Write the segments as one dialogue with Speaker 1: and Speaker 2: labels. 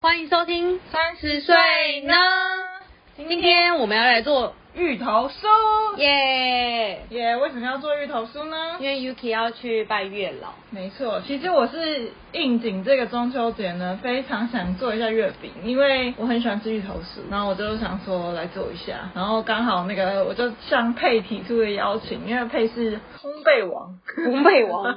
Speaker 1: 欢迎收听。
Speaker 2: 三十岁呢？
Speaker 1: 今天我们要来做
Speaker 2: 芋头酥
Speaker 1: 耶
Speaker 2: 耶为什么要做芋头酥呢
Speaker 1: 因？为 Yuki 要去拜月老，
Speaker 2: 没错，其实我是应景这个中秋节呢，非常想做一下月饼，因为我很喜欢吃芋头酥，然后我就想说来做一下，然后刚好那个我就向佩提出了邀请，因为佩是烘焙王，
Speaker 1: 烘焙王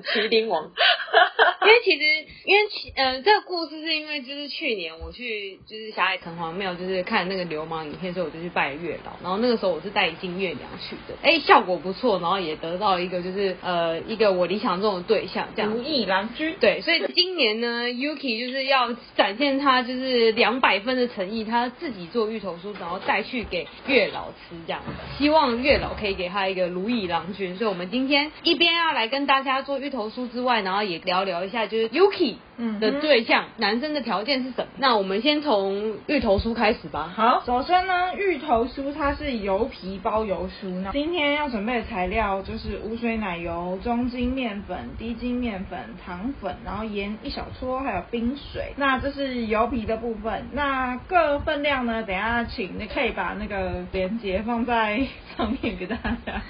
Speaker 1: 麒麟王。 因为其实，因为其呃，这个故事是因为就是去年我去就是霞海城隍庙，就是看那个流氓影片，所以我就去拜月老。然后那个时候我是带金月娘去的，哎，效果不错，然后也得到一个就是呃一个我理想中的对象这样
Speaker 2: 如
Speaker 1: 子。
Speaker 2: 意兰居，
Speaker 1: 对，所以今年呢，Yuki 就是要展现他就是两百分的诚意，他自己做芋头酥，然后带去给月老吃，这样希望月老可以给他一个如意郎君。所以我们今天一边要来跟大家做芋头酥之外，然后也聊聊一下就是 Yuki
Speaker 2: 嗯
Speaker 1: 的
Speaker 2: 哼
Speaker 1: 对象，男生的条件是什么？那我们先从芋头酥开始吧。
Speaker 2: 好，首先呢，芋头酥它是油皮包油酥。那今天要准备的材料就是无水奶油、中筋面粉、低筋面粉、糖粉，然后盐一小撮，还有冰水。那这是油皮的部分。那各分量呢，等一下请你可以把那个链接放在上面给大家。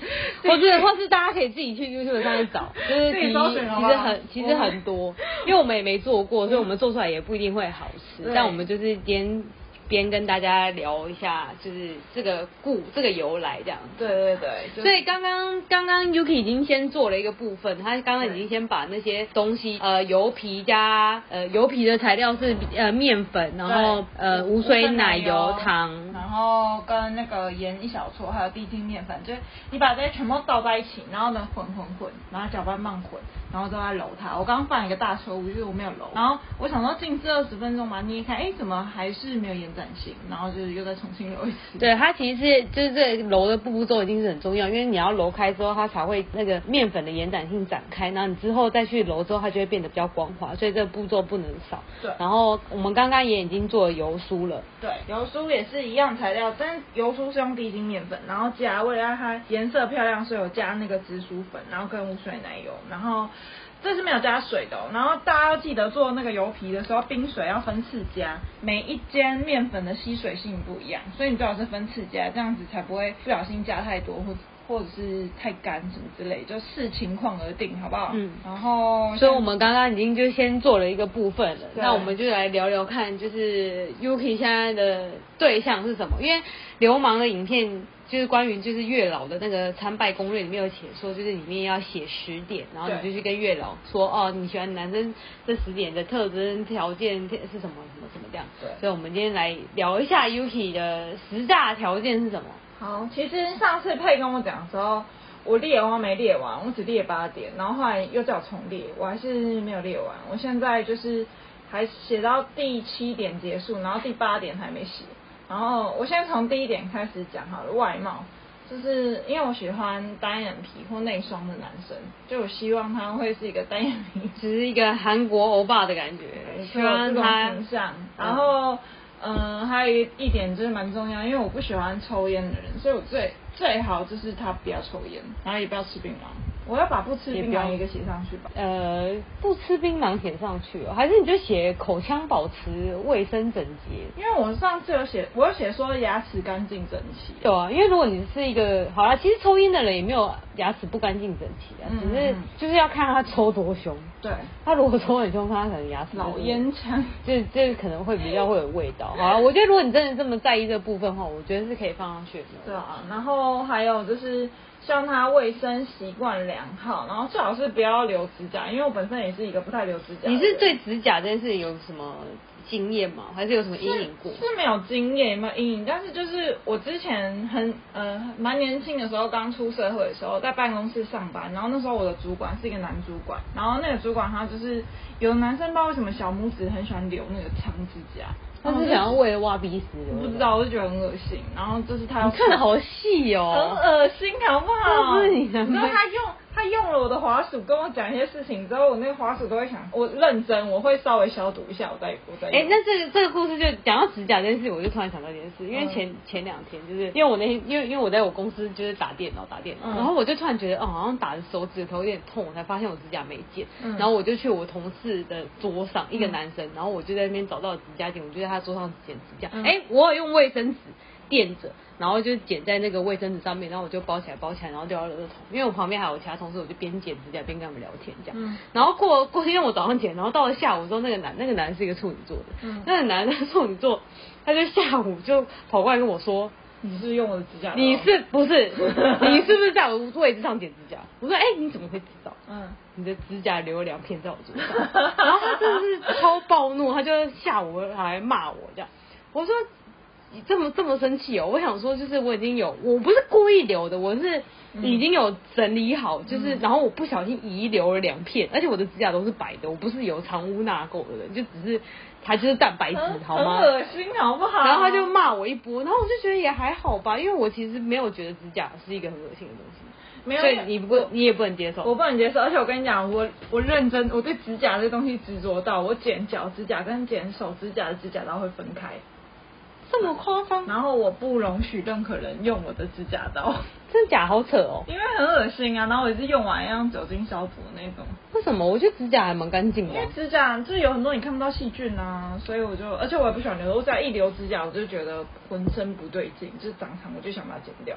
Speaker 1: 或 是或是大家可以自己去 YouTube 上面找，就是
Speaker 2: 自
Speaker 1: 其
Speaker 2: 己
Speaker 1: 实
Speaker 2: 搜寻好
Speaker 1: 其
Speaker 2: 不
Speaker 1: 实
Speaker 2: 好
Speaker 1: 很其实很多， 因为我们也没做过，所以我们做出来也不一定会好吃。
Speaker 2: 对
Speaker 1: 但我们就是边边跟大家聊一下，就是这个故这个由来这样子。
Speaker 2: 对对对，就是
Speaker 1: 所以刚刚刚刚 Yuki 已经先做了一个部分，他刚刚已经先把那些东西，呃，油皮加呃油皮的材料是呃面粉，然后
Speaker 2: 对
Speaker 1: 呃无水奶油糖，
Speaker 2: 然后跟那个盐一小撮，还有低筋面粉，就是你把这些全部倒在一起，然后呢混混混，然后搅拌慢混，然后都在揉它。我刚刚犯了一个大错误，就是我没有揉。然后我想说静置二十分钟吧，捏开，哎，怎么还是没有延展性？然后就是又再重新揉一次。
Speaker 1: 对，它其实是就是这个揉的步骤一定是很重要，因为你要揉开之后，它才会那个面粉的延展性展开，然后你之后再去揉之后，它就会变得比较光滑，所以这个步骤不能少。
Speaker 2: 对
Speaker 1: 然后我们刚刚也已经做了油酥了，
Speaker 2: 对，油酥也是一样材料，但油酥是用低筋面粉，然后加为了让它颜色漂亮，所以有加那个紫薯粉，然后跟无水奶油，然后这是没有加水的、哦。然后大家要记得做那个油皮的时候，冰水要分次加，每一间面粉的吸水性不一样，所以你最好是分次加，这样子才不会不小心加太多或或者是太干什么之类，就视情况而定，好不好？
Speaker 1: 嗯
Speaker 2: 然后
Speaker 1: 所以我们刚刚已经就先做了一个部分了，
Speaker 2: 哦对
Speaker 1: 那我们就来聊聊看，就是 Yuki 现在的对象是什么？因为流氓的影片就是关于就是月老的那个参拜攻略里面有写说，就是里面要写十点，然后你
Speaker 2: 对
Speaker 1: 就去跟月老说哦，你喜欢男生这十点的特征条件是什么什么什么这样。
Speaker 2: 对
Speaker 1: 所以我们今天来聊一下 Yuki 的十大条件是什么？
Speaker 2: 好，其实上次佩跟我讲的时候，我列完没列完，我只列八点，然后后来又叫我重列，我还是没有列完。我现在就是还写到第七点结束，然后第八点还没写。然后我先从第一点开始讲好了，外貌。就是因为我喜欢单眼皮或内双的男生，就我希望他会是一个单眼皮
Speaker 1: 只是一个韩国欧巴的感觉，希望
Speaker 2: 这种
Speaker 1: 他
Speaker 2: 形象。然后，嗯、还有一一点就是蛮重要，因为我不喜欢抽烟的人，所以我最最好就是他不要抽烟，然后也不要吃槟榔。我要把不吃
Speaker 1: 也
Speaker 2: 槟
Speaker 1: 不要
Speaker 2: 榔一个写上去吧。
Speaker 1: 呃，不吃槟榔写上去、哦，还是你就写口腔保持卫生整洁？
Speaker 2: 因为我上次有写，我有写说牙齿干净整齐。
Speaker 1: 对啊，因为如果你是一个好啦，其实抽烟的人也没有牙齿不干净整齐啊，
Speaker 2: 嗯
Speaker 1: 只是就是要看他抽多凶。
Speaker 2: 对，
Speaker 1: 他如果抽很凶，他可能牙齿就是
Speaker 2: 老 烟枪。
Speaker 1: 这这可能会比较会有味道。好了，我觉得如果你真的这么在意这部分的话，我觉得是可以放上去的。
Speaker 2: 对啊，然后还有就是像他卫生习惯良好，然后最好是不要留指甲，因为我本身也是一个不太留指甲的人。
Speaker 1: 你是对指甲这件事有什么经验吗？还是有什么阴影过？
Speaker 2: 是没有经验，也没有阴影，但是就是我之前很呃蛮年轻的时候，刚出社会的时候，在办公室上班，然后那时候我的主管是一个男主管，然后那个主管他就是有男生不知道为什么小拇指很喜欢留那个长指甲，
Speaker 1: 他是想要为了挖鼻屎
Speaker 2: 我
Speaker 1: 流
Speaker 2: 不
Speaker 1: 的
Speaker 2: 知道，我就觉得很恶心，然后就是他
Speaker 1: 你看的好细哦、
Speaker 2: 很恶心，好不好？
Speaker 1: 这不是你的
Speaker 2: 你知道他用他用了我的滑鼠跟我讲一些事情之后，我那个滑鼠都会想，我认真，我会稍微消毒一下，我再我再用。
Speaker 1: 哎、那这个这个故事就讲到指甲这件事，我就突然想到一件事，因
Speaker 2: 嗯
Speaker 1: 为前、前两天就是因为我那天因为因为我在我公司就是打电脑打电脑，
Speaker 2: 嗯
Speaker 1: 然后我就突然觉得哦好像打的手指头有点痛，我才发现我指甲没剪，
Speaker 2: 嗯
Speaker 1: 然后我就去我同事的桌上，一个男生，然后我就在那边找到指甲剪，我就在他桌上剪指甲，哎、
Speaker 2: 嗯
Speaker 1: 我有用卫生纸垫着。然后就剪在那个卫生纸上面，然后我就包起来，包起来，然后丢到垃圾桶。因为我旁边还有其他同事，我就边剪指甲边跟他们聊天这样。
Speaker 2: 嗯
Speaker 1: 然后过过，因为我早上剪，然后到了下午之后，那个男那个男是一个处女座的，
Speaker 2: 嗯
Speaker 1: 那个男的处女座，他就下午就跑过来跟我说，
Speaker 2: 你是用我的指甲刀？
Speaker 1: 你是不是你是不是在我位置上剪指甲？我说，哎、你怎么会知道？
Speaker 2: 嗯，
Speaker 1: 你的指甲留了两片在我 桌上，然后他真的是超暴怒，他就下午还骂我这样。我说你这么这么生气哦，我想说就是我已经有，我不是故意留的，我是
Speaker 2: 嗯
Speaker 1: 已经有整理好，就是
Speaker 2: 嗯
Speaker 1: 然后我不小心遗留了两片，而且我的指甲都是白的，我不是有藏污纳垢的人，就只是它就是蛋白质
Speaker 2: 很
Speaker 1: 好
Speaker 2: 很
Speaker 1: 吗？
Speaker 2: 恶心，好不嗯好？
Speaker 1: 然后他就骂我一波，然后我就觉得也还好吧，因为我其实没有觉得指甲是一个很恶心的东西，
Speaker 2: 没有
Speaker 1: 所以你不
Speaker 2: 我
Speaker 1: 你也不能接受。
Speaker 2: 我不能接受，而且我跟你讲，我我认真，我对指甲这东西执着到，我剪脚指甲跟剪手指甲的指甲刀会分开，
Speaker 1: 这么夸张，
Speaker 2: 然后我不容许任何人用我的指甲刀，
Speaker 1: 真假好扯哦。
Speaker 2: 因为很恶心啊。然后我也是用完要用酒精消毒的那种，
Speaker 1: 为什么？我觉得指甲还蛮干净
Speaker 2: 因
Speaker 1: 的
Speaker 2: 为
Speaker 1: 啊。
Speaker 2: 指甲就是有很多你看不到细菌啊，所以我就，而且我也不喜欢留，我只要一留指甲，我就觉得浑身不对劲，就是长长我就想把它剪掉。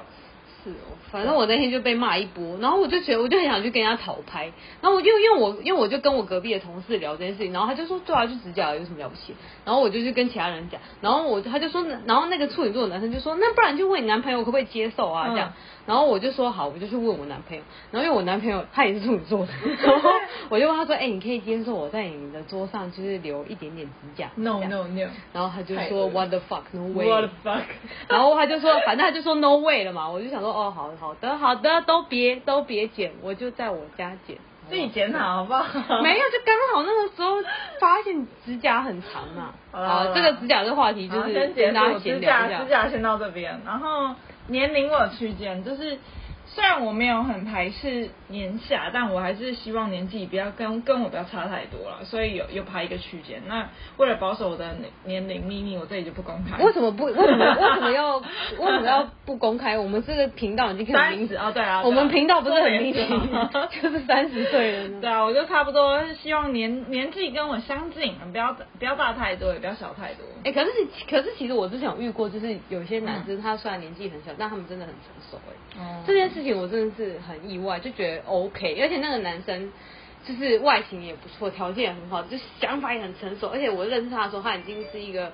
Speaker 1: 是哦，反正我那天就被骂一波，然后我就觉得我就很想去跟人家讨拍，然后我就因为我因为我就跟我隔壁的同事聊这件事情，然后他就说对啊，就指甲有什么了不起，然后我就去跟其他人讲，然后我他就说，然后那个处女座的男生就说，那不然就问你男朋友可不可以接受啊、
Speaker 2: 嗯
Speaker 1: 这样，然后我就说好，我就去问我男朋友，然后因为我男朋友他也是处女 座的，然后我就问他说，哎、你可以接受我在你的桌上就是留一点点指甲
Speaker 2: No
Speaker 1: 这样
Speaker 2: no no，
Speaker 1: 然后他就
Speaker 2: 太
Speaker 1: 说
Speaker 2: 恶
Speaker 1: What the fuck no way
Speaker 2: What the fuck？
Speaker 1: 然后他就说，反正他就说 no way 了嘛，我就想说，哦，好好的好的，都别都别剪，我就在我家剪，
Speaker 2: 自己剪好好不 好？
Speaker 1: 没有，就刚好那个时候发现指甲很长嘛。
Speaker 2: 好啦
Speaker 1: 啊
Speaker 2: 好啦
Speaker 1: 这个指甲这话题就
Speaker 2: 好，
Speaker 1: 是
Speaker 2: 先结
Speaker 1: 跟大
Speaker 2: 束
Speaker 1: 家
Speaker 2: 指
Speaker 1: 闲聊
Speaker 2: 甲，
Speaker 1: 一下
Speaker 2: 指。甲先到这边。然后年龄我有区间，就是虽然我没有很排斥年下，但我还是希望年纪不要跟跟我不要差太多了，所以有有排一个区间。那为了保守我的年年龄秘密，我这里就不公开。
Speaker 1: 为什么不？为什么为什么 要为什么要不公开？我们这个频道已经很明
Speaker 2: 30哦对啊对啊
Speaker 1: 我们频道不是很明显
Speaker 2: 说得也，是
Speaker 1: 就是三十岁了呢。
Speaker 2: 对啊，我就差不多是希望年年纪跟我相近，不要不要大太多，也不要小太多。
Speaker 1: 哎、可是可是，其实我之前有遇过，就是有些男生他虽然年纪很小，但他们真的很成熟、哎、
Speaker 2: 哦
Speaker 1: 这件事情我真的是很意外，就觉得 OK，而且那个男生就是外形也不错，条件也很好，就是想法也很成熟，而且我认识他的时候，他已经是一个。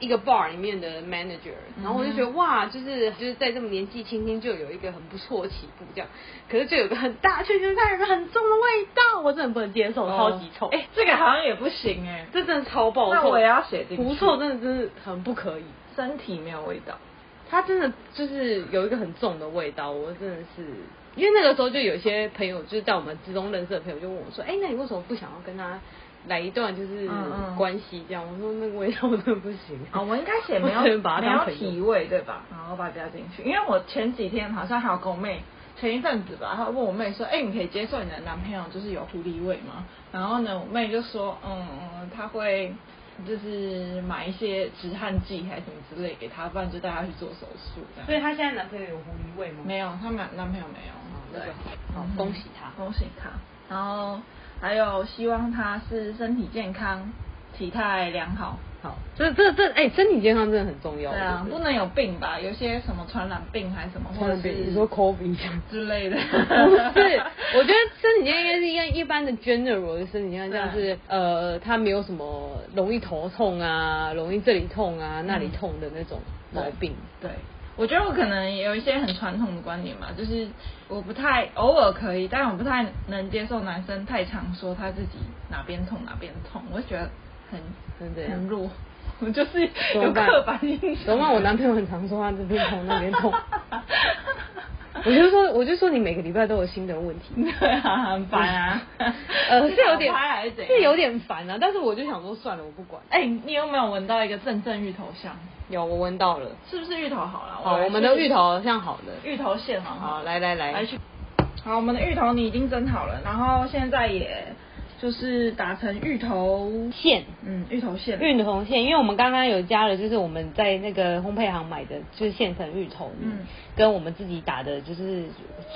Speaker 1: 一个 bar 里面的 manager，然后我就觉得哇，就是就是在这么年纪轻轻就有一个很不错的起步这样，可是就有个很大圈圈，但有个很重的味道，我真的不能接受，超级臭，
Speaker 2: 哎、这个好像也不行哎、
Speaker 1: 这真的超爆臭，
Speaker 2: 那我也要写进去
Speaker 1: 狐臭真的真是很不可以，
Speaker 2: 身体没有味道。
Speaker 1: 它真的就是有一个很重的味道，我真的是。因为那个时候就有些朋友，就是在我们之中认识的朋友，就问我说：“哎、那你为什么不想要跟他来一段就是
Speaker 2: 嗯嗯
Speaker 1: 关系这样？”我说：“那个味道真的不行。”
Speaker 2: 啊， 我应该 写没有
Speaker 1: 我只能把它
Speaker 2: 没有
Speaker 1: 当朋友
Speaker 2: 体味对吧？然后把它加进去，因为我前几天好像还有跟我妹，前一阵子吧，她问我妹说，哎、你可以接受你的男朋友就是有狐狸味吗？然后呢，我妹就说，嗯，她会就是买一些止汗剂还是什么之类给她，不然就带她去做手术这样。
Speaker 1: 以她现在男朋友有狐狸味吗
Speaker 2: 没有，她男男朋友没有。
Speaker 1: 那就好好
Speaker 2: 嗯哼
Speaker 1: 恭喜她
Speaker 2: 恭喜她。然后还有希望她是身体健康，体态良好。
Speaker 1: 好，这这这，哎、身体健康真的很重要。
Speaker 2: 对啊
Speaker 1: 我，觉
Speaker 2: 不
Speaker 1: 得
Speaker 2: 能有病吧？有些什么传染病还是什么，或
Speaker 1: 传
Speaker 2: 者
Speaker 1: 染
Speaker 2: 是
Speaker 1: 病你说 COVID
Speaker 2: 之类的。
Speaker 1: 不是，我觉得 身体健康应该是一样一般的 general 的身体健康，像是呃，他没有什么容易头痛啊，容易这里痛啊、
Speaker 2: 嗯
Speaker 1: 那里痛的那种毛病。
Speaker 2: 对，我觉得我可能有一些很传统的观点吧，就是我不太偶尔可以，但我不太能接受男生太常说他自己哪边痛哪边痛，我觉得很
Speaker 1: 真的呀
Speaker 2: 很弱， 我就是
Speaker 1: 怎
Speaker 2: 有
Speaker 1: 么办
Speaker 2: 刻板印象。
Speaker 1: 怎么办？我男朋友很常说他这边痛那边 痛，我就说我就说你每个礼拜都有新的问题。
Speaker 2: 对啊，很烦啊。
Speaker 1: 呃，是有 点
Speaker 2: 好拍还是怎样？
Speaker 1: 是有点烦啊，但是我就想说算了，我不管。
Speaker 2: 哎、你有没有闻到一个阵阵芋头香？有，
Speaker 1: 我闻到了，
Speaker 2: 是不是芋头好了？
Speaker 1: 好，
Speaker 2: 来
Speaker 1: 我们的
Speaker 2: 去
Speaker 1: 芋头像好的，
Speaker 2: 芋头馅好
Speaker 1: 好，来来来，
Speaker 2: 来去好，我们的芋头泥已经蒸好了，然后现在也就是打成芋头，
Speaker 1: 馅。
Speaker 2: 嗯，芋头馅。
Speaker 1: 芋头馅，因为我们刚刚有加了，就是我们在那个烘焙行买的，就是现成芋头泥，
Speaker 2: 嗯
Speaker 1: 跟我们自己打的，就是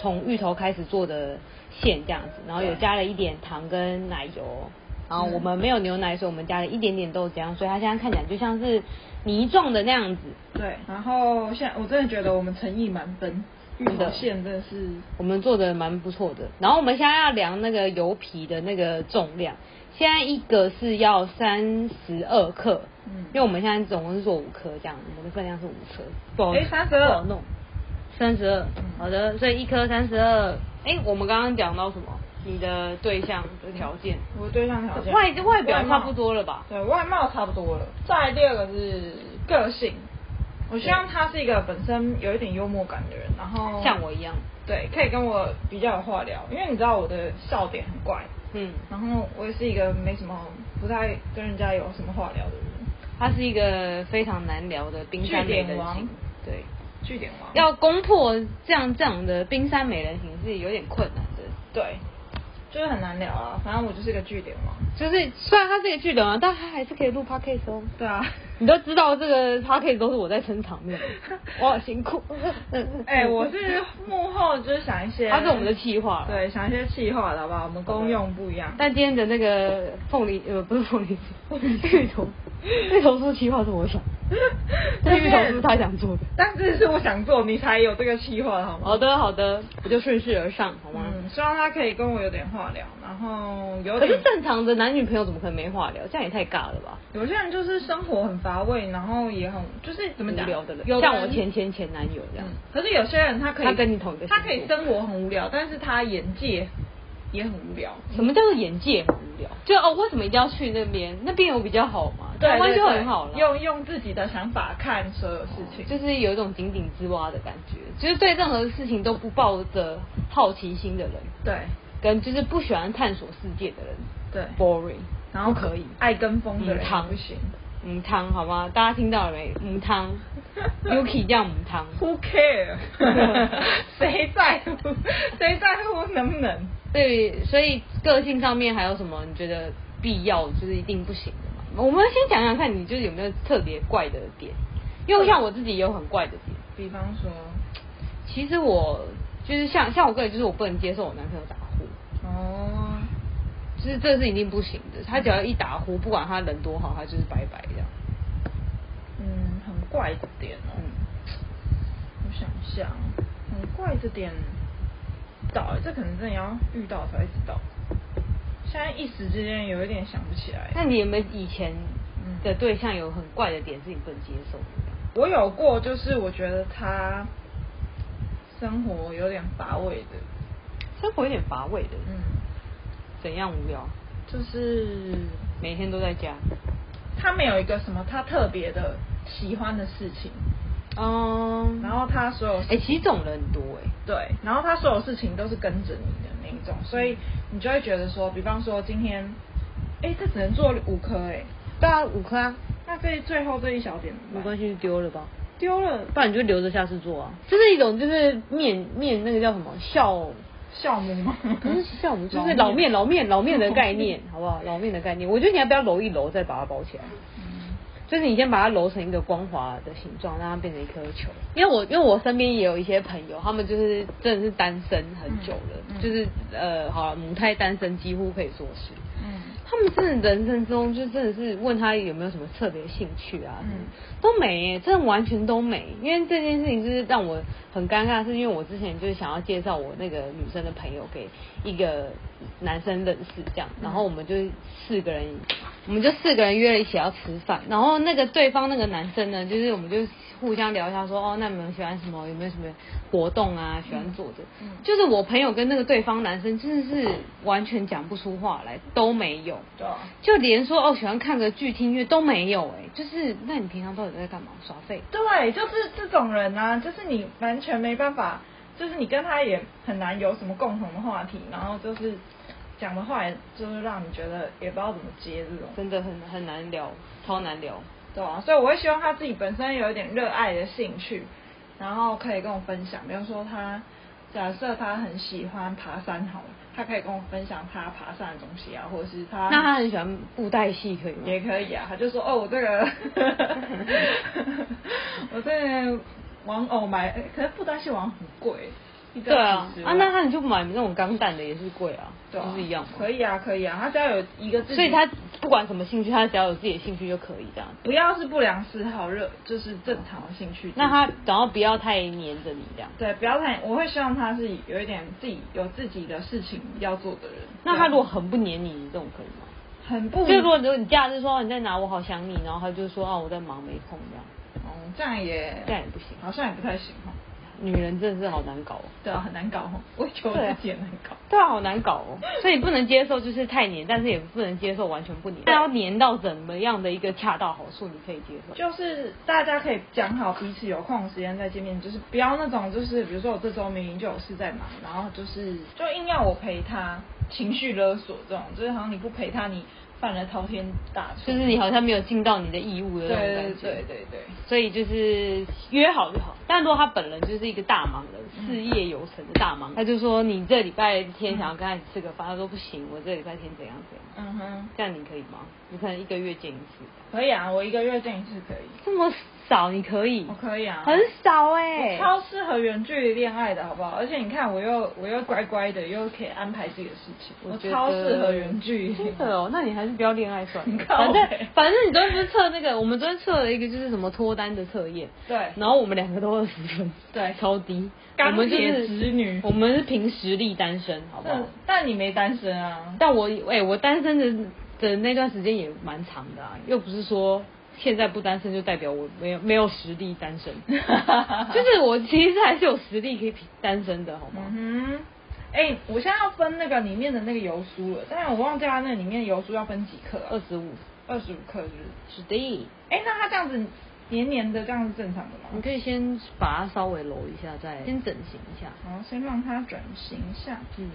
Speaker 1: 从芋头开始做的馅这样子，然后有
Speaker 2: 对嗯
Speaker 1: 加了一点糖跟奶油，然后我们没有牛奶，所以我们加了一点点豆浆，所以它现在看起来就像是泥状的那样子。
Speaker 2: 对，然后现在我真的觉得我们诚意满分，芋
Speaker 1: 真的
Speaker 2: 头馅真的是
Speaker 1: 我们做的蛮不错的。然后我们现在要量那个油皮的那个重量，现在一个是要三十二克，
Speaker 2: 嗯
Speaker 1: 因为我们现在总共是做五颗这样，我们的分量是五颗，不好，
Speaker 2: 诶32
Speaker 1: 不好弄，三十二，
Speaker 2: 嗯
Speaker 1: 好的，所以一颗三十二。哎，我们刚刚讲到什么？你的对象的条件，
Speaker 2: 我对象条件。
Speaker 1: 外外表
Speaker 2: 貌
Speaker 1: 差不多了吧？
Speaker 2: 对，外貌差不多了。再来第二个是个性，我希望他是一个本身有一点幽默感的人，然后
Speaker 1: 像我一样，
Speaker 2: 对，可以跟我比较有话聊，因为你知道我的笑点很怪，
Speaker 1: 嗯，
Speaker 2: 然后我也是一个没什么不太跟人家有什么话聊的人，
Speaker 1: 他是一个非常难聊的冰山美
Speaker 2: 据
Speaker 1: 人
Speaker 2: 点王
Speaker 1: 型，对。
Speaker 2: 据点王。
Speaker 1: 要攻破这样这样的冰山美人型是有点困难的。
Speaker 2: 对，就是很难聊啊，反正我就是个据点王。
Speaker 1: 就是虽然他这个剧流啊，但他还是可以录 podcast 哦。
Speaker 2: 对啊。
Speaker 1: 你都知道这个 podcast 都是我在撑场 面，我好辛苦。
Speaker 2: 哎、我是幕后，就是想一些，
Speaker 1: 他是我们的企划
Speaker 2: 对，想一些气话的好不好？我们功用不一样。
Speaker 1: 但今天的那个凤梨呃不是凤梨芋头，芋头酥企划是我想，但
Speaker 2: 但是
Speaker 1: 芋头酥是他想做的。哦
Speaker 2: 但是是我想做，你才有这个计划的好吗？
Speaker 1: 好的好的，我就顺势而上好吗？
Speaker 2: 嗯，希望他可以跟我有点话聊，然后有
Speaker 1: 可是
Speaker 2: 点。
Speaker 1: 正常的男女朋友怎么可能没话聊？这样也太尬了吧？
Speaker 2: 有些人就是生活很乏味，然后也很就是怎么讲
Speaker 1: 无聊的人，
Speaker 2: 有
Speaker 1: 像
Speaker 2: 人
Speaker 1: 我前前前男友这样
Speaker 2: 嗯。，可是有些人他可以，
Speaker 1: 他跟你同一个星座
Speaker 2: 他可以生活很无聊，但是他眼界也很无聊。
Speaker 1: 什么叫做眼界很无聊？就哦，为什么一定要去那边？那边有比较好嘛？
Speaker 2: 对
Speaker 1: 台湾
Speaker 2: 对
Speaker 1: 就
Speaker 2: 对
Speaker 1: 很好了。
Speaker 2: 用用自己的想法看所有事情，
Speaker 1: 就是有一种井底之蛙的感觉，就是对任何事情都不抱着好奇心的人，
Speaker 2: 对
Speaker 1: 跟就是不喜欢探索世界的人
Speaker 2: 对，
Speaker 1: ，boring，
Speaker 2: 然后
Speaker 1: 不可以，
Speaker 2: 爱跟风的人
Speaker 1: 母汤
Speaker 2: 也不行。
Speaker 1: 母汤好吗？大家听到了没？母 汤，Yuki 叫母汤，
Speaker 2: Who care？谁在乎？谁在乎能不能？
Speaker 1: 所以所以个性上面还有什么你觉得必要就是一定不行的吗？我们先讲讲看，你就是有没有特别怪的点？因为像我自己也有很怪的点，
Speaker 2: 比方说，
Speaker 1: 其实我就是像像我个人，就是我不能接受我男朋友打呼，
Speaker 2: 哦，
Speaker 1: 就是这是一定不行的。他只要一打呼，不管他人多好，他就是拜拜这样。
Speaker 2: 嗯，很怪的点哦。
Speaker 1: 嗯，
Speaker 2: 我想一下，很怪的点，不知道欸这可能真的要遇到才会知道。现在一时之间有一点想不起来。
Speaker 1: 那你有没有以前的对象有很怪的点是你不能接受的？
Speaker 2: 我有过，就是我觉得他生活有点乏味的，
Speaker 1: 生活有点乏味的，
Speaker 2: 嗯，
Speaker 1: 怎样无聊？
Speaker 2: 就是
Speaker 1: 每天都在家。
Speaker 2: 他没有一个什么他特别的喜欢的事情，
Speaker 1: 嗯，
Speaker 2: 然后他所有
Speaker 1: 哎、其实这种人很多哎、
Speaker 2: 对，然后他所有事情都是跟着你的那一种，所以你就会觉得说，比方说今天，哎，这只能做五颗哎，
Speaker 1: 对啊，五颗啊，
Speaker 2: 那这最后这一小点
Speaker 1: 没
Speaker 2: 怎么办
Speaker 1: 关系，丢了吧。
Speaker 2: 丢了
Speaker 1: 不然你就留着下次做啊。这是一种就是面面那个叫什么 笑
Speaker 2: 酵母吗？
Speaker 1: 不是酵 母，就是老面老面老面 的概念，好不好？老面的概念，我觉得你要不要揉一揉，再把它包起来？
Speaker 2: 嗯
Speaker 1: 就是你先把它揉成一个光滑的形状，让它变成一颗球。因为我因为我身边也有一些朋友，他们就是真的是单身很久了，
Speaker 2: 嗯嗯
Speaker 1: 就是呃，好了，母胎单身几乎可以说是。
Speaker 2: 嗯
Speaker 1: 他们真的人生中就真的是问他有没有什么特别兴趣啊，
Speaker 2: 嗯
Speaker 1: 都没耶，真的完全都没。因为这件事情就是让我很尴尬，是因为我之前就是想要介绍我那个女生的朋友给一个男生认识，这样，
Speaker 2: 嗯
Speaker 1: 然后我们就四个人，我们就四个人约了一起要吃饭，然后那个对方那个男生呢，就是我们就互相聊一下说，哦，那你们喜欢什么？有没有什么活动啊？喜欢做的？
Speaker 2: 嗯
Speaker 1: 就是我朋友跟那个对方男生真的是完全讲不出话来，都没有。
Speaker 2: 对啊
Speaker 1: 就连说哦喜欢看个剧、听音乐都没有哎、就是那你平常到底在干嘛？耍废？
Speaker 2: 对，就是这种人啊，就是你完全没办法，就是你跟他也很难有什么共同的话题，然后就是讲的话也就是让你觉得也不知道怎么接这种，
Speaker 1: 真的很很难聊，超难聊。
Speaker 2: 对啊，所以我会希望他自己本身有一点热爱的兴趣，然后可以跟我分享，比如说他假设他很喜欢爬山好了，他可以跟我分享他爬山的东西啊，或者是他
Speaker 1: 那他很喜欢布袋戏，可以吗？
Speaker 2: 也可以啊，他就说哦，我这个 我这个玩偶买，欸可是布袋戏玩偶很贵，一张
Speaker 1: 对啊
Speaker 2: 几，十
Speaker 1: 啊，
Speaker 2: 万
Speaker 1: 那他你就买那种钢弹的也是贵啊，
Speaker 2: 对啊
Speaker 1: 不是一样吗？
Speaker 2: 可以啊，可以啊，他只要有一个自己，
Speaker 1: 所以他不管什么兴趣，他只要有自己的兴趣就可以这样。
Speaker 2: 不要是不良嗜好，热就是正常的兴趣。
Speaker 1: 那他然后不要太黏着你这样。
Speaker 2: 对，不要太，我会希望他是有一点自己有自己的事情要做的人。啊
Speaker 1: 那他如果很不黏你，你这种可以吗？
Speaker 2: 很不，
Speaker 1: 就如果如果你假日说哦你在哪，我好想你，然后他就说啊我在忙没空这样，
Speaker 2: 哦，这样也
Speaker 1: 这样也不行。
Speaker 2: 好像也不太行哈。
Speaker 1: 女人真的是好难搞哦。
Speaker 2: 对啊，很难搞哈，我也觉得我自己很难搞。
Speaker 1: 对啊，好难搞哦。所以不能接受就是太黏，但是也不能接受完全不黏。那要啊黏到怎么样的一个恰到好处，你可以接受？
Speaker 2: 就是大家可以讲好彼此有空的时间再见面，就是不要那种就是比如说我这周明明就有事在忙，然后就是就硬要我陪他，情绪勒索这种，就是好像你不陪他，你犯了滔天大错。
Speaker 1: 就是你好像没有尽到你的义务的
Speaker 2: 对
Speaker 1: 那种感
Speaker 2: 对
Speaker 1: 觉。
Speaker 2: 对对对。
Speaker 1: 所以就是约好就好。但如果他本人就是一个大忙人，
Speaker 2: 嗯
Speaker 1: 事业有成的大忙人，他就说你这礼拜天想要跟他一起吃个饭，他说不行，我这礼拜天怎样怎样，
Speaker 2: 嗯哼，
Speaker 1: 这样你可以吗？你可能一个月见一次，
Speaker 2: 可以啊，我一个月见一次可以，
Speaker 1: 这么少你可以
Speaker 2: 我？可以啊，
Speaker 1: 很少哎、
Speaker 2: 超适合远距离恋爱的好不好？而且你看，我又我又乖乖的，又可以安排自己的事情，我
Speaker 1: 觉得
Speaker 2: 超适合远距离。
Speaker 1: 真的哦，那你还是不要恋爱算
Speaker 2: 你
Speaker 1: 了。
Speaker 2: 靠
Speaker 1: 反
Speaker 2: 北
Speaker 1: 正反正你昨天不是测那个，我们昨天测了一个就是什么脱单的测验，
Speaker 2: 对
Speaker 1: 然后我们两个都二十分，
Speaker 2: 对
Speaker 1: 超低。我
Speaker 2: 钢
Speaker 1: 们就
Speaker 2: 铁
Speaker 1: 是
Speaker 2: 直女嗯
Speaker 1: 我们是凭实力单身，好不好
Speaker 2: 但？但你没单身啊，
Speaker 1: 但我哎、我单身的的那段时间也蛮长的啊，又不是说现在不单身就代表我没有没有实力单 身，就是我其实还是有实力可以单身的，好吗？
Speaker 2: 嗯哼。哎、我现在要分那个里面的那个油酥了，但是我忘记它那里面油酥要分几克、
Speaker 1: 二
Speaker 2: 啊，
Speaker 1: 十五，
Speaker 2: 二十五克是不
Speaker 1: 是
Speaker 2: 是？
Speaker 1: 的。
Speaker 2: 哎、那它这样子黏黏的，这样是正常的吗？
Speaker 1: 你可以先把它稍微揉一下，再先整形一下。
Speaker 2: 好，先让它转型一下。
Speaker 1: 嗯，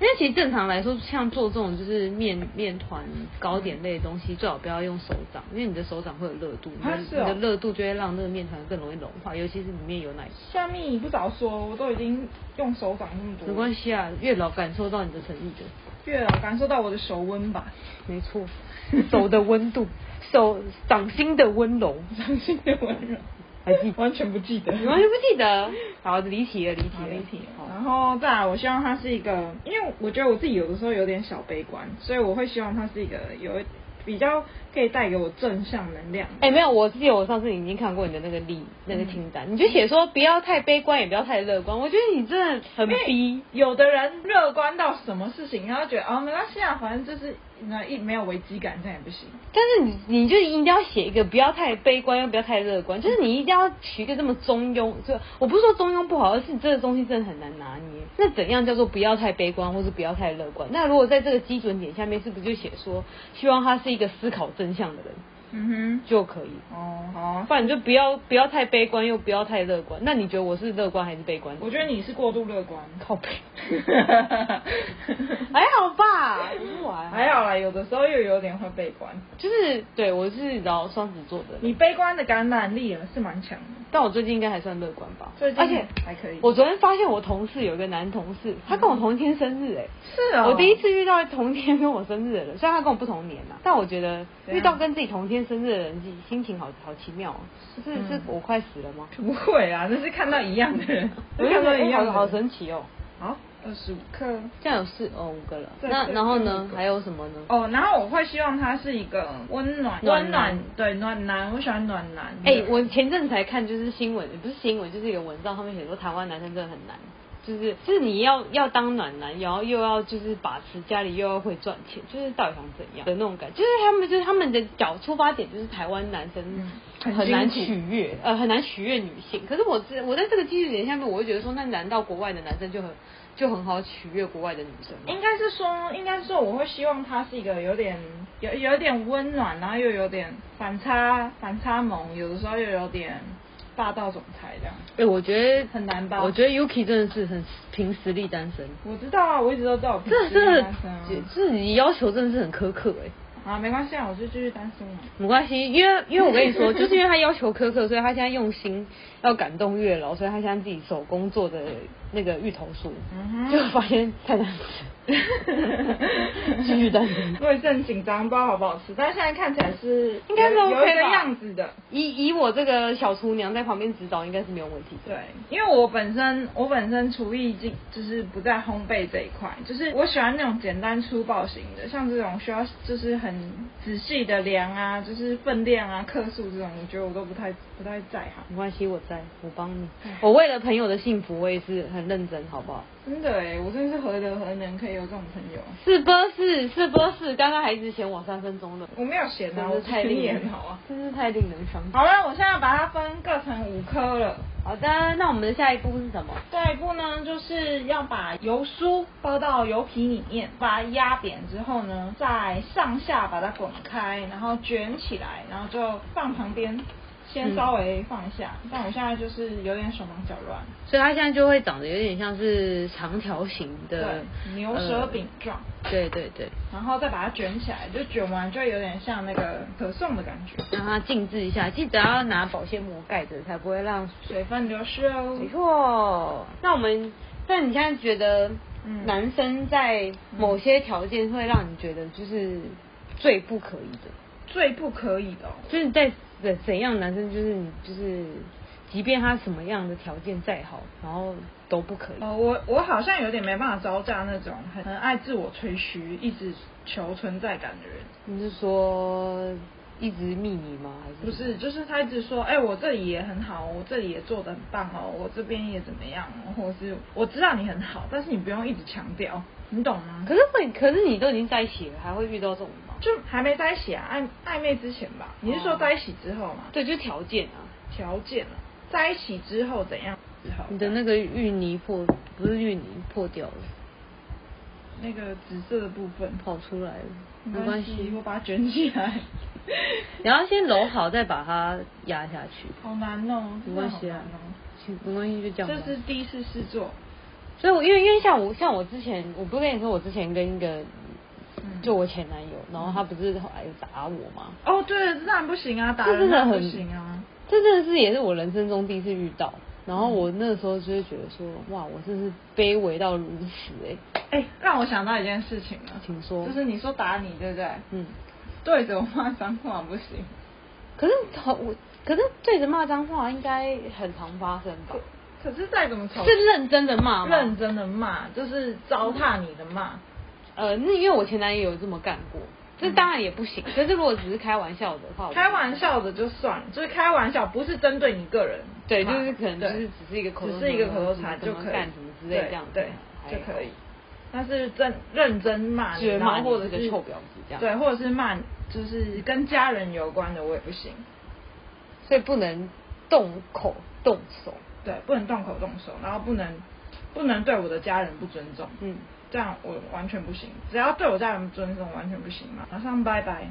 Speaker 1: 因为其实正常来说，像做这种就是面面团、糕点类的东西，最好不要用手掌，因为你的手掌会有热度，你的、
Speaker 2: 啊是哦
Speaker 1: 你的热度就会让那个面团更容易融化，尤其是里面有奶。
Speaker 2: 下面你不早说，我都已经用手掌那么多了，
Speaker 1: 没关系啊，月老感受到你的诚意的，
Speaker 2: 月老感受到我的手温吧，
Speaker 1: 没错， 手的温度，手掌心的温柔，
Speaker 2: 掌心的温柔，
Speaker 1: 还记得？
Speaker 2: 完全不记得。
Speaker 1: 你完全不记得？好，离题了，离题
Speaker 2: 好
Speaker 1: 了，
Speaker 2: 离题了
Speaker 1: 好
Speaker 2: 然后再来，我希望他是一个，因为我觉得我自己有的时候有点小悲观，所以我会希望他是一个有比较可以带给我正向能量。
Speaker 1: 哎、没有，我记得我上次已经看过你的那个例那个清单，你就写说不要太悲观，也不要太乐观。我觉得你真的很逼，
Speaker 2: 有的人乐观到什么事情，然后觉得哦没关系啊，反正就是那一没有危机感，这样也不行。
Speaker 1: 但是你你就一定要写一个不要太悲观，又不要太乐观，就是你一定要取一个这么中庸。就我不是说中庸不好，而是你这个东西真的很难拿捏。那怎样叫做不要太悲观，或是不要太乐观？那如果在这个基准点下面，是不是就写说希望他是一个思考真相的人
Speaker 2: 嗯
Speaker 1: 就可以了？
Speaker 2: 哼，哦好啊，
Speaker 1: 不然你就不要不要太悲观，又不要太乐观。那你觉得我是乐观还是悲观？
Speaker 2: 我觉得你是过度乐观。
Speaker 1: 靠背， 还好吧，啊不是我还好，
Speaker 2: 还好啦，有的时候又有点会悲观。
Speaker 1: 就是对我是然后双子座的，
Speaker 2: 你悲观的感染力啊是蛮强的，
Speaker 1: 但我最近应该还算乐观吧，
Speaker 2: 最近
Speaker 1: 而且
Speaker 2: 还可以
Speaker 1: 我昨天发现我同事有一个男同事，他跟我同一天生日哎、
Speaker 2: 是哦
Speaker 1: 我第一次遇到同天跟我生日的人，虽然他跟我不同年呐、啊但我觉得
Speaker 2: 怎样
Speaker 1: 遇到跟自己同天生日的人，心心情好好奇妙哦、是
Speaker 2: 嗯
Speaker 1: 是我快死了吗？
Speaker 2: 不会啊，那是看到一样的 人，
Speaker 1: 我就觉
Speaker 2: 看到
Speaker 1: 得
Speaker 2: 一
Speaker 1: 哎
Speaker 2: 样的
Speaker 1: 好好
Speaker 2: 人
Speaker 1: 神奇哦、
Speaker 2: 好，二十五克
Speaker 1: 这样有四哦五个了，
Speaker 2: 对
Speaker 1: 那
Speaker 2: 对
Speaker 1: 然后
Speaker 2: 对
Speaker 1: 呢
Speaker 2: 五个
Speaker 1: 还有什么呢？
Speaker 2: 哦，然后我会希望他是一个温暖、
Speaker 1: 暖
Speaker 2: 温
Speaker 1: 男
Speaker 2: 暖，对暖男，我喜欢暖男。
Speaker 1: 哎、我前阵子才看，就是新闻，也不是新闻，就是一个文章，上面写说台湾男生真的很难，就是就是你要要当暖男，然后又要就是把持家里，又要会赚钱，就是到底想怎样的那种感觉，就是他们就是他们的角出发点就是台湾男生
Speaker 2: 嗯很
Speaker 1: 很难
Speaker 2: 辛苦
Speaker 1: 取悦，呃很难取悦女性。可是我这我在这个基础点下面，我会觉得说，那难道国外的男生就很就很好取悦国外的女生吗？
Speaker 2: 应该是说，应该是说，我会希望他是一个有点有有点温暖，然后又有点反差反差萌，有的时候又有点霸道总裁这样。
Speaker 1: 哎、我觉得
Speaker 2: 很难吧
Speaker 1: 我觉得 Yuki 真的是很凭实力单身。
Speaker 2: 我知道啊，我一直都知道我不
Speaker 1: 这
Speaker 2: 是
Speaker 1: 这
Speaker 2: 单身啊。
Speaker 1: 自己要求真的是很苛刻哎、
Speaker 2: 啊，没关系啊，我就继续单身嘛。
Speaker 1: 没关系，因为因为我跟你说，就是因为他要求苛刻，所以他现在用心要感动月老，所以他现在自己手工做的那个芋头酥，
Speaker 2: 嗯哼
Speaker 1: 结果发现太难吃，继续担 心。
Speaker 2: 我也是很紧张，不知道好不好吃，但是现在看起来是
Speaker 1: 应该是
Speaker 2: 有
Speaker 1: OK
Speaker 2: 有一个
Speaker 1: 吧
Speaker 2: 样子的。
Speaker 1: 以以我这个小厨娘在旁边指导，应该是没有问题的。
Speaker 2: 对，因为我本身我本身厨艺就就是不在烘焙这一块，就是我喜欢那种简单粗暴型的，像这种需要就是很仔细的量啊，就是分量啊、克数这种，我觉得我都不太不太在行。
Speaker 1: 没关系，我在，我帮你
Speaker 2: 哎。
Speaker 1: 我为了朋友的幸福，我也是很认真，好不好？
Speaker 2: 真的哎，我真是何德何能可以有这种朋友？
Speaker 1: 是不是？是不是？刚刚还一直嫌我三分钟了，
Speaker 2: 我没有闲啊，
Speaker 1: 真
Speaker 2: 我
Speaker 1: 是太
Speaker 2: 勤力
Speaker 1: 令
Speaker 2: 很
Speaker 1: 人
Speaker 2: 好啊。
Speaker 1: 真是太令人伤心。
Speaker 2: 好了，我现在把它分各成五颗了。
Speaker 1: 好的，那我们的下一步是什么？
Speaker 2: 下一步呢，就是要把油酥包到油皮里面，把它压扁之后呢，再上下把它滚开，然后卷起来，然后就放旁边，先
Speaker 1: 嗯
Speaker 2: 稍微放下。但我现在就是有点手忙脚乱，
Speaker 1: 所以它现在就会长得有点像是长条形的
Speaker 2: 对牛舌饼状
Speaker 1: 呃对对对，
Speaker 2: 然后再把它卷起来，就卷完就有点像那个可颂的感觉，
Speaker 1: 让它静置一下，记得要拿保鲜膜盖着，才不会让。
Speaker 2: 水分流失哦
Speaker 1: 没。错。那我们，那你现在觉得
Speaker 2: 嗯，
Speaker 1: 男生在某些条件会让你觉得就是最不可以的，
Speaker 2: 最不可以的、哦。
Speaker 1: 就是在怎怎样男生就是你就是，即便他什么样的条件再好，然后都不可以。
Speaker 2: 哦，我我好像有点没办法招架那种很很爱自我吹嘘、一直求存在感的人。
Speaker 1: 你是说一直秘密吗？还是
Speaker 2: 不是，就是他一直说，哎、我这里也很好，我这里也做的很棒哦，我这边也怎么样哦，或者是我知道你很好，但是你不用一直强调，你懂吗？
Speaker 1: 可是会，可是你都已经在一起了，还会遇到这种吗？
Speaker 2: 就还没在一起啊，暧暧昧之前吧？你是说在一起之后吗？
Speaker 1: 对，就条件啊，
Speaker 2: 条件啊，在一起之后怎样？之后
Speaker 1: 你的那个芋泥破不是芋泥破掉了，
Speaker 2: 那个紫色的部分，
Speaker 1: 跑出来了，哦
Speaker 2: 嗯
Speaker 1: 没关系
Speaker 2: 我，把它卷起来。
Speaker 1: 你要先揉好，再把它压下去，
Speaker 2: 好难哦，
Speaker 1: 没关系
Speaker 2: 真的
Speaker 1: 啊
Speaker 2: 好难哦。，
Speaker 1: 其没关系就这样吧。
Speaker 2: 这是第一次试做，
Speaker 1: 所以我，因为因为像我像我之前，我不是跟你说，我之前跟一个
Speaker 2: 嗯
Speaker 1: 就我前男友，然后他不是后来有打我吗？
Speaker 2: 哦，对，当然不行啊，打
Speaker 1: 这
Speaker 2: 人
Speaker 1: 真的
Speaker 2: 当然不
Speaker 1: 很
Speaker 2: 行啊。
Speaker 1: 这真的是也是我人生中第一次遇到。然后我那时候就会觉得说，哇，我真是卑微到如此哎、
Speaker 2: 哎、让我想到一件事情了，
Speaker 1: 请说
Speaker 2: 就是你说打你，对不对？
Speaker 1: 嗯。
Speaker 2: 对着我骂脏话不行，
Speaker 1: 可是好，我可是对着骂脏话应该很常发生吧
Speaker 2: 可？可是再怎么吵，
Speaker 1: 是认真的骂吗？
Speaker 2: 认真的骂，就是糟蹋你的骂。
Speaker 1: 呃，那因为我前男友有这么干过，这当然也不行。可是如果只是开玩笑的话，我觉得
Speaker 2: 嗯开玩笑的就算了，就是开玩笑，不是针对你个人骂。
Speaker 1: 对，就是可能就
Speaker 2: 对
Speaker 1: 是只是一个口头
Speaker 2: 只
Speaker 1: 禅，
Speaker 2: 是一个口头禅
Speaker 1: 怎
Speaker 2: 就
Speaker 1: 么
Speaker 2: 可以，
Speaker 1: 干什么之类这样子
Speaker 2: 对，
Speaker 1: 还
Speaker 2: 对就
Speaker 1: 好
Speaker 2: 可以。但是真认真骂你，
Speaker 1: 就是
Speaker 2: 然
Speaker 1: 骂
Speaker 2: 后
Speaker 1: 你
Speaker 2: 或者
Speaker 1: 是个
Speaker 2: 是
Speaker 1: 臭婊子这样
Speaker 2: 对，或者是骂就是跟家人有关的，我也不行。
Speaker 1: 所以不能动口动手。
Speaker 2: 对，不能动口动手，然后不能不能对我的家人不尊重，
Speaker 1: 嗯，
Speaker 2: 这样我完全不行。只要对我家人不尊重，完全不行嘛，马上拜拜。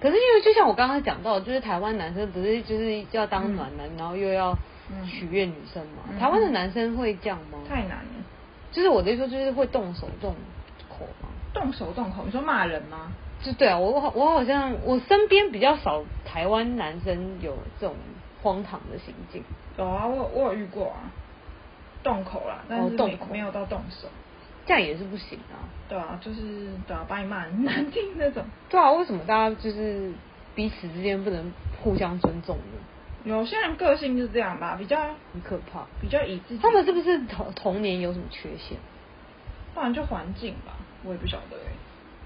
Speaker 1: 可是因为就像我刚刚讲到，就是台湾男生不是就是要当暖男，然后又要
Speaker 2: 嗯
Speaker 1: 取悦女生嘛？
Speaker 2: 嗯
Speaker 1: 台湾的男生会这样吗？
Speaker 2: 太难了，
Speaker 1: 就是我的意思说，就是会动手动口嘛。
Speaker 2: 动手动口，你说骂人吗？
Speaker 1: 就对啊，我好我好像我身边比较少台湾男生有这种荒唐的行径。
Speaker 2: 有啊，我我有遇过啊，动口啦，但是没、
Speaker 1: 哦动口
Speaker 2: 没有到动手。
Speaker 1: 这样也是不行啊。
Speaker 2: 对啊，就是对啊，把你骂很难听那种。
Speaker 1: 对啊，为什么大家就是彼此之间不能互相尊重呢？
Speaker 2: 有些人个性就是这样吧，比较
Speaker 1: 很可怕。
Speaker 2: 比较以自己，
Speaker 1: 他们是不是童童年有什么缺陷？
Speaker 2: 不然就环境吧，我也不晓得哎、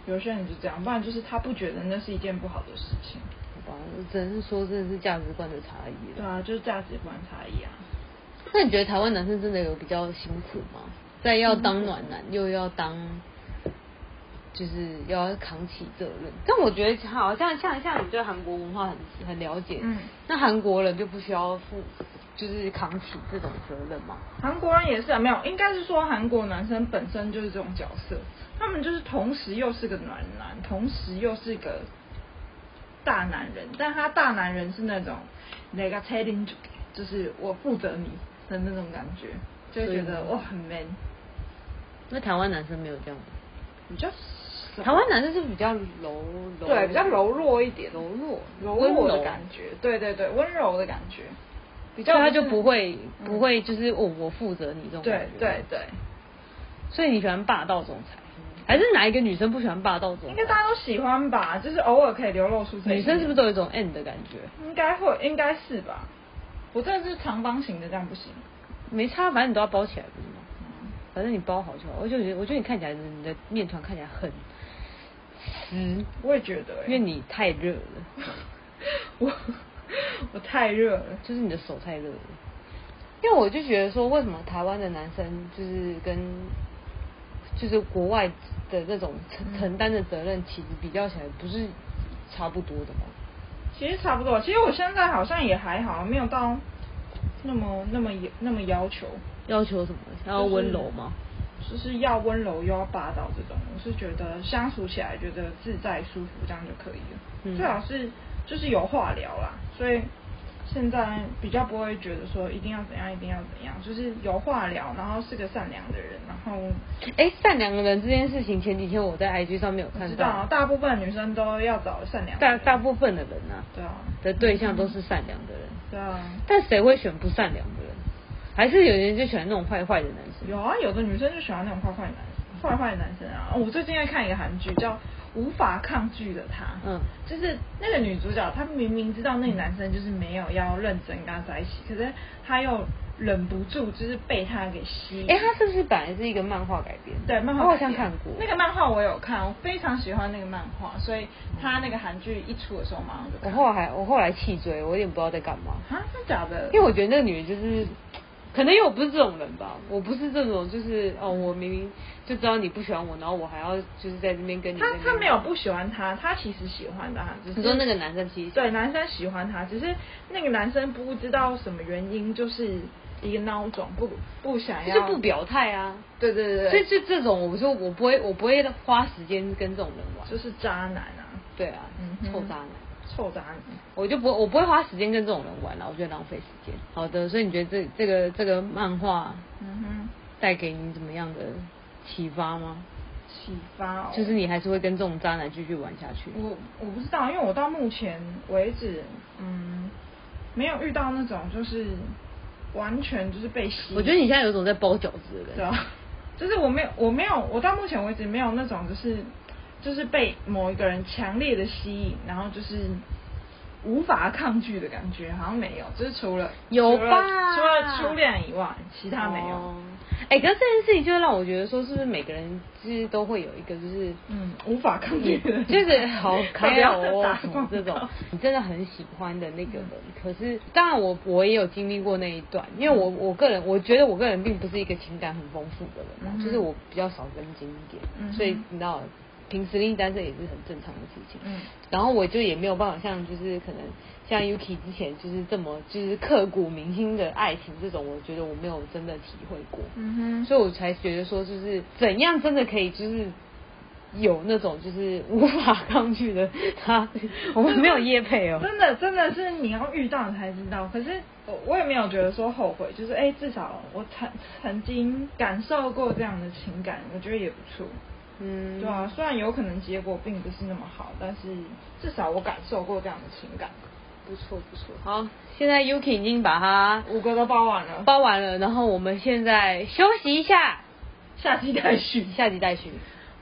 Speaker 2: 有些人就这样，不然就是他不觉得那是一件不好的事情。
Speaker 1: 好吧，我只能说真的是价值观的差异
Speaker 2: 对
Speaker 1: 了。
Speaker 2: 啊，就是价值观差异啊。
Speaker 1: 那你觉得台湾男生真的有比较辛苦吗？在要当暖男，又要当，就是要扛起责任。但我觉得好像像像你对韩国文化很很了解，
Speaker 2: 嗯
Speaker 1: 那韩国人就不需要负，就是扛起这种责任吗？
Speaker 2: 韩国人也是啊，没有，应该是说韩国男生本身就是这种角色，他们就是同时又是个暖男，同时又是个大男人，但他大男人是那种那个 t e l 就是我负责你的那种感觉，就会觉得
Speaker 1: 所以呢
Speaker 2: 哇很 man，
Speaker 1: 那台湾男生没有这样吗？
Speaker 2: 比较少
Speaker 1: 台湾男生是比较柔柔，
Speaker 2: 对比较柔弱一点，
Speaker 1: 柔弱
Speaker 2: 柔
Speaker 1: 温
Speaker 2: 弱
Speaker 1: 柔
Speaker 2: 的感觉，对对对，温柔的感觉。比
Speaker 1: 所
Speaker 2: 较
Speaker 1: 以他就是不会、
Speaker 2: 嗯
Speaker 1: 不会就是哦，我负责你这种感觉
Speaker 2: 对对对，
Speaker 1: 所以你喜欢霸道总裁，还是哪一个女生不喜欢霸道总
Speaker 2: 应
Speaker 1: 裁
Speaker 2: 该？大家都喜欢吧，就是偶尔可以流露出这一
Speaker 1: 女生是不是
Speaker 2: 面
Speaker 1: 都有一种 N 的感觉？
Speaker 2: 应该会应该是吧？我真的是长方形的，这样不行。
Speaker 1: 没差，反正你都要包起来，不是吗？
Speaker 2: 嗯
Speaker 1: 反正你包好就好。我就觉得，我觉得你看起来，你的面团看起来很湿，因
Speaker 2: 我也觉得欸、
Speaker 1: 为你太热了，
Speaker 2: 我 我太热了，
Speaker 1: 就是你的手太热了。因为我就觉得说，为什么台湾的男生就是跟就是国外的那种承
Speaker 2: 嗯
Speaker 1: 承担的责任，其实比较起来不是差不多的吗？
Speaker 2: 其实差不多。其实我现在好像也还好，没有到那么那么那么要求，
Speaker 1: 要求什么？要
Speaker 2: 就是
Speaker 1: 温柔吗？
Speaker 2: 就是要温柔又要霸道这种。我是觉得相处起来觉得自在舒服，这样就可以了。
Speaker 1: 嗯
Speaker 2: 最好是就是有话聊啦，所以现在比较不会觉得说一定要怎样，一定要怎样，就是有话聊，然后是个善良的人，然后
Speaker 1: 哎、善良的人这件事情，前几天我在 IG 上面有
Speaker 2: 我
Speaker 1: 看
Speaker 2: 知
Speaker 1: 到
Speaker 2: 道，大部分女生都要找善良的
Speaker 1: 大
Speaker 2: 人，
Speaker 1: 大部分的人啊，
Speaker 2: 对啊
Speaker 1: 的对象都是善良的人，
Speaker 2: 对啊。
Speaker 1: 但谁会选不善良的人？还是有人就喜欢那种坏坏的男生？
Speaker 2: 有啊，有的女生就喜欢那种坏坏男生，坏坏的男生啊。哦我最近在看一个韩剧叫《无法抗拒的他》，
Speaker 1: 嗯
Speaker 2: 就是那个女主角，她明明知道那个男生就是没有要认真跟她在一起，可是她又忍不住就是被他给吸引。
Speaker 1: 哎、他是不是本来是一个漫画改编的？
Speaker 2: 嗯对漫画，
Speaker 1: 我好像看过
Speaker 2: 那个。漫画，我有看，我非常喜欢那个漫画，所以她那个韩剧一出的时候，马上就
Speaker 1: 我
Speaker 2: 看。
Speaker 1: 后来我后来弃追，我有点不知道在干嘛，
Speaker 2: 啊，真的假的？
Speaker 1: 因为我觉得那个女人就是，可能因为我不是这种人吧，我不是这种就是哦，我明明就知道你不喜欢我，然后我还要就是在这边跟你
Speaker 2: 他
Speaker 1: 在那边
Speaker 2: 他没有不喜欢他，他其实喜欢他，只是
Speaker 1: 你说那个男生其实
Speaker 2: 对男生喜欢他，只是那个男生不知道什么原因，就是一个孬种，不不想
Speaker 1: 就
Speaker 2: 要
Speaker 1: 是不表态啊。
Speaker 2: 对对对
Speaker 1: 所以
Speaker 2: 对，
Speaker 1: 就这种，我说我不会，我不会花时间跟这种人玩。
Speaker 2: 就是渣男啊，
Speaker 1: 对啊，
Speaker 2: 嗯哼
Speaker 1: 臭渣男，
Speaker 2: 臭渣男。
Speaker 1: 我就不我不会花时间跟这种人玩了，我觉得浪费时间。好的，所以你觉得这这个这个漫画
Speaker 2: 嗯
Speaker 1: 带给你怎么样的启发吗？
Speaker 2: 哼，启发哦，
Speaker 1: 就是你还是会跟这种渣男继续玩下去？
Speaker 2: 我我不知道，因为我到目前为止，嗯，没有遇到那种就是完全就是被吸引，
Speaker 1: 我觉得你现在有种在包饺子的
Speaker 2: 对
Speaker 1: 感觉。
Speaker 2: 啊，就是我没有，我没有，我到目前为止没有那种就是就是被某一个人强烈的吸引，然后就是无法抗拒的感觉，好像没有，就是除了
Speaker 1: 有
Speaker 2: 除了
Speaker 1: 吧
Speaker 2: 除了初恋以外，其他没有。
Speaker 1: 哦哎、可是这件事情就会让我觉得说，是不是每个人其实都会有一个就是
Speaker 2: 嗯，无法抗拒的，
Speaker 1: 就是好
Speaker 2: 到底
Speaker 1: 开
Speaker 2: 要
Speaker 1: 哦
Speaker 2: 打
Speaker 1: 什
Speaker 2: 广
Speaker 1: 么
Speaker 2: 告
Speaker 1: 这种，你真的很喜欢的那个人。可是当然我我也有经历过那一段，因为我
Speaker 2: 嗯
Speaker 1: 我个人我觉得我个人并不是一个情感很丰富的人啊，
Speaker 2: 嗯哼
Speaker 1: 就是我比较少跟经一点，
Speaker 2: 嗯哼
Speaker 1: 所以你知道凭实力单身也是很正常的事情。
Speaker 2: 嗯
Speaker 1: 然后我就也没有办法像就是可能像 Yuki 之前就是这么就是刻骨铭心的爱情这种，我觉得我没有真的体会过。
Speaker 2: 嗯
Speaker 1: 所
Speaker 2: 哼，
Speaker 1: 以我才觉得说，就是怎样真的可以，就是有那种就是无法抗拒的他，我们没有业配哦。
Speaker 2: 真的真的是你要遇到你才知道，可是我我也没有觉得说后悔，就是哎、至少我曾曾经感受过这样的情感，我觉得也不错。
Speaker 1: 嗯，
Speaker 2: 对啊，虽然有可能结果并不是那么好，但是至少我感受过这样的情感。
Speaker 1: 不错不错。好，现在 Yuki 已经把它
Speaker 2: 五个都包完了，
Speaker 1: 包完了，然后我们现在休息一下，
Speaker 2: 下期待续，
Speaker 1: 下集再续。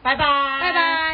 Speaker 2: 拜拜，
Speaker 1: 拜拜。